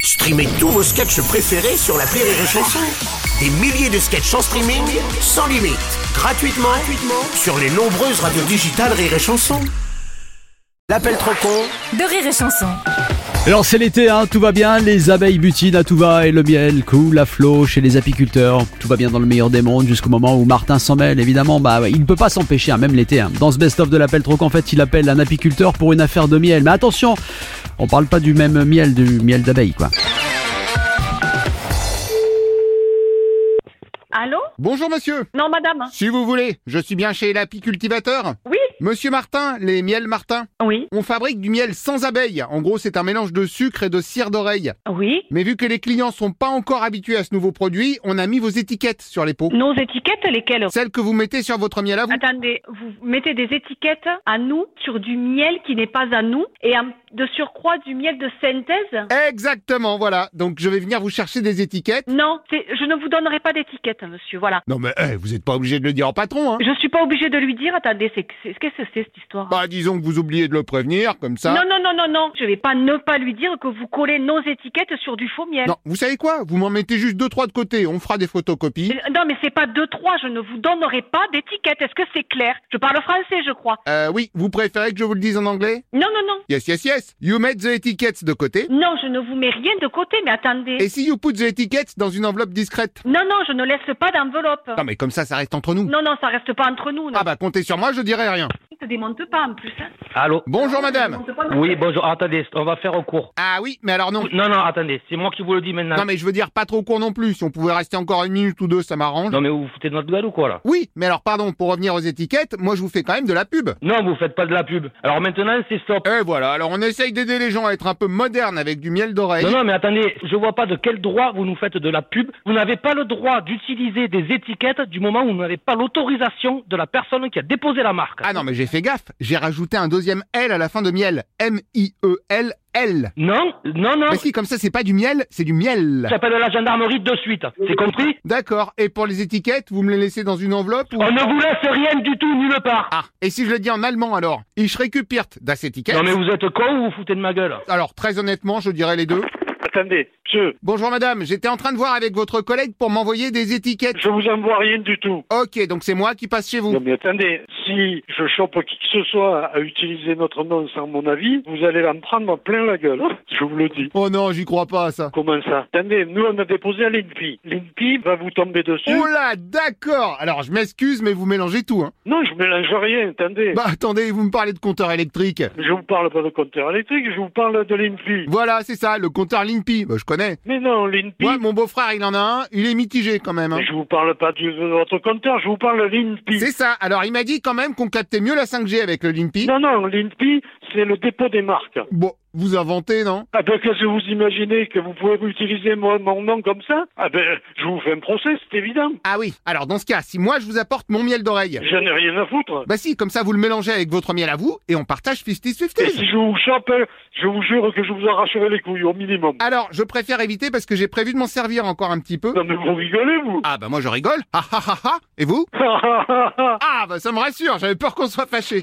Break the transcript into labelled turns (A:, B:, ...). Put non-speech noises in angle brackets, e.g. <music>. A: Streamez tous vos sketchs préférés sur la Rire et Chanson. Des milliers de sketchs en streaming, sans limite, gratuitement, gratuitement sur les nombreuses radios digitales Rire et Chanson. L'appel trop con
B: de rire et chanson.
C: Alors c'est l'été, hein, tout va bien, les abeilles butinent à tout va et le miel coule à flot chez les apiculteurs. Tout va bien dans le meilleur des mondes jusqu'au moment où Martin s'en mêle, évidemment, bah ouais, il ne peut pas s'empêcher, hein, même l'été. hein. Dans ce best-of de l'appel trop en fait, il appelle un apiculteur pour une affaire de miel. Mais attention, on parle pas du même miel, du miel d'abeille quoi.
D: Allô
E: Bonjour monsieur,
D: Non, madame.
E: si vous voulez, je suis bien chez l'apicultivateur.
D: Oui
E: Monsieur Martin, les miels Martin.
D: Oui.
E: On fabrique du miel sans abeilles. En gros, c'est un mélange de sucre et de cire d'oreille.
D: Oui.
E: Mais vu que les clients sont pas encore habitués à ce nouveau produit, on a mis vos étiquettes sur les pots.
D: Nos étiquettes, lesquelles
E: Celles que vous mettez sur votre miel à vous.
D: Attendez, vous mettez des étiquettes à nous sur du miel qui n'est pas à nous et en- de surcroît du miel de synthèse
E: Exactement, voilà. Donc je vais venir vous chercher des étiquettes.
D: Non, c'est- je ne vous donnerai pas d'étiquette, monsieur, voilà.
E: Non mais eh, vous n'êtes pas obligé de le dire au patron, hein.
D: Je suis pas obligée de lui dire, attendez, c'est c'est- qu'est-ce que c'est cette histoire
E: Bah disons que vous oubliez de le prévenir, comme ça.
D: Non, non, non, non, non, je vais pas ne pas lui dire que vous collez nos étiquettes sur du faux miel.
E: Non, vous savez quoi Vous m'en mettez juste deux trois de côté, on fera des photocopies.
D: Euh, Non, mais c'est pas deux, trois, je ne vous donnerai pas d'étiquette, est-ce que c'est clair Je parle français, je crois.
E: Euh oui, vous préférez que je vous le dise en anglais
D: Non, non, non,
E: Yes, yes, yes. You met the etiquettes de côté.
D: non, je ne vous mets rien de côté, mais attendez.
F: Mm-hmm.
E: Et si you put the etiquettes dans une enveloppe discrète
D: Non, non, je ne laisse pas d'enveloppe.
E: Non mais comme ça, ça reste entre nous.
D: Non, non, ça reste pas entre nous. Non.
E: Ah bah comptez sur moi, je dirai rien.
D: ne te démonte pas en plus. hein.
F: Allô
E: Bonjour
D: Ne
E: madame.
D: te démonte pas, non.
F: Oui, bonjour. Attendez, on va faire au cours.
E: Ah oui, mais alors non.
F: Non, non, attendez, c'est moi qui vous le dis maintenant.
E: Non mais je veux dire pas trop court non plus. Si on pouvait rester encore une minute ou deux, ça m'arrange.
F: Non, mais vous vous foutez de notre gueule ou quoi, là
E: Oui, mais alors pardon, pour revenir aux étiquettes, moi je vous fais quand même de la pub.
F: Non, vous faites pas de la pub. Alors maintenant, c'est stop.
E: Et voilà, alors on essaye d'aider les gens à être un peu modernes avec du miel d'oreille.
F: Non, non, mais attendez, je vois pas de quel droit vous nous faites de la pub. Vous n'avez pas le droit d'utiliser des étiquettes du moment où vous n'avez pas l'autorisation de la personne qui a déposé la marque.
E: Ah non mais j'ai fait gaffe, j'ai rajouté un deuxième L à la fin de miel. M-I-E-L-L. l
F: Non, non, non.
E: Mais si, comme ça c'est pas du miel, c'est du miel.
F: J'appelle la gendarmerie de suite. C'est compris
E: D'accord, et pour les étiquettes, vous me les laissez dans une enveloppe ou...
F: On ne vous laisse rien du tout, nulle part.
E: Ah, et si je le dis en allemand alors Ich recupert das Etikett
F: Non, mais vous êtes con ou vous vous foutez de ma gueule
E: Alors, très honnêtement, je dirais les deux.
G: Attendez, monsieur,
E: Bonjour madame, j'étais en train de voir avec votre collègue pour m'envoyer des étiquettes.
G: je vous envoie rien du tout.
E: Ok, donc c'est moi qui passe chez vous.
G: Non mais attendez, si je chope qui que ce soit à utiliser notre nom sans mon avis, vous allez en prendre plein la gueule, <laughs> je vous le dis.
E: Oh non, j'y crois pas à ça.
G: Comment ça Attendez, nous on a déposé à l'INPI. L'INPI va vous tomber dessus.
E: Oula, d'accord Alors, je m'excuse, mais vous mélangez tout, hein.
G: Non, je mélange rien, attendez.
E: Bah, attendez, vous me parlez de compteur électrique.
G: Je vous parle pas de compteur électrique, je vous parle de l'INPI.
E: Voilà, c'est ça, le compteur Limpy. Bah, je connais.
G: Mais non, l'INPI...
E: Moi, mon beau-frère, il en a un, il est mitigé quand même. hein.
G: Mais Je vous parle pas du, de votre compteur, je vous parle de l'INPI.
E: C'est ça, alors il m'a dit quand même qu'on captait mieux la 5G avec le Limpy.
G: Non, non, l'INPI, c'est le dépôt des marques.
E: Bon, vous inventez, non
G: Ah ben, qu'est-ce que vous imaginez que vous pouvez utiliser mon, mon nom comme ça Ah ben, je vous fais un procès, c'est évident.
E: Ah oui, alors dans ce cas, si moi je vous apporte mon miel d'oreille,
G: J'en ai rien à foutre.
E: bah si, comme ça vous le mélangez avec votre miel à vous et on partage 50-50.
G: Et si je vous chope, je vous jure que je vous arracherai les couilles au minimum.
E: Alors, je préfère éviter parce que j'ai prévu de m'en servir encore un petit peu.
G: Non mais vous rigolez, vous <laughs>
E: Ah bah moi je rigole. Ah ah ah ah. Et vous
G: Ah, ah, ah, ah.
E: Ah bah ça me rassure, j'avais peur qu'on soit fâché.